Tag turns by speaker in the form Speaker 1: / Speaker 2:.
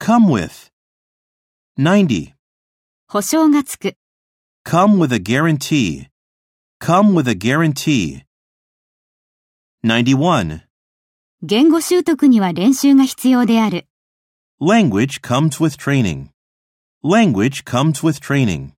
Speaker 1: Come with. 90.
Speaker 2: 保証がつく、
Speaker 1: Come with a guarantee. Come with a guarantee. 91.
Speaker 2: 言語習得には練習が必要である。
Speaker 1: Language comes with training. Language comes with training.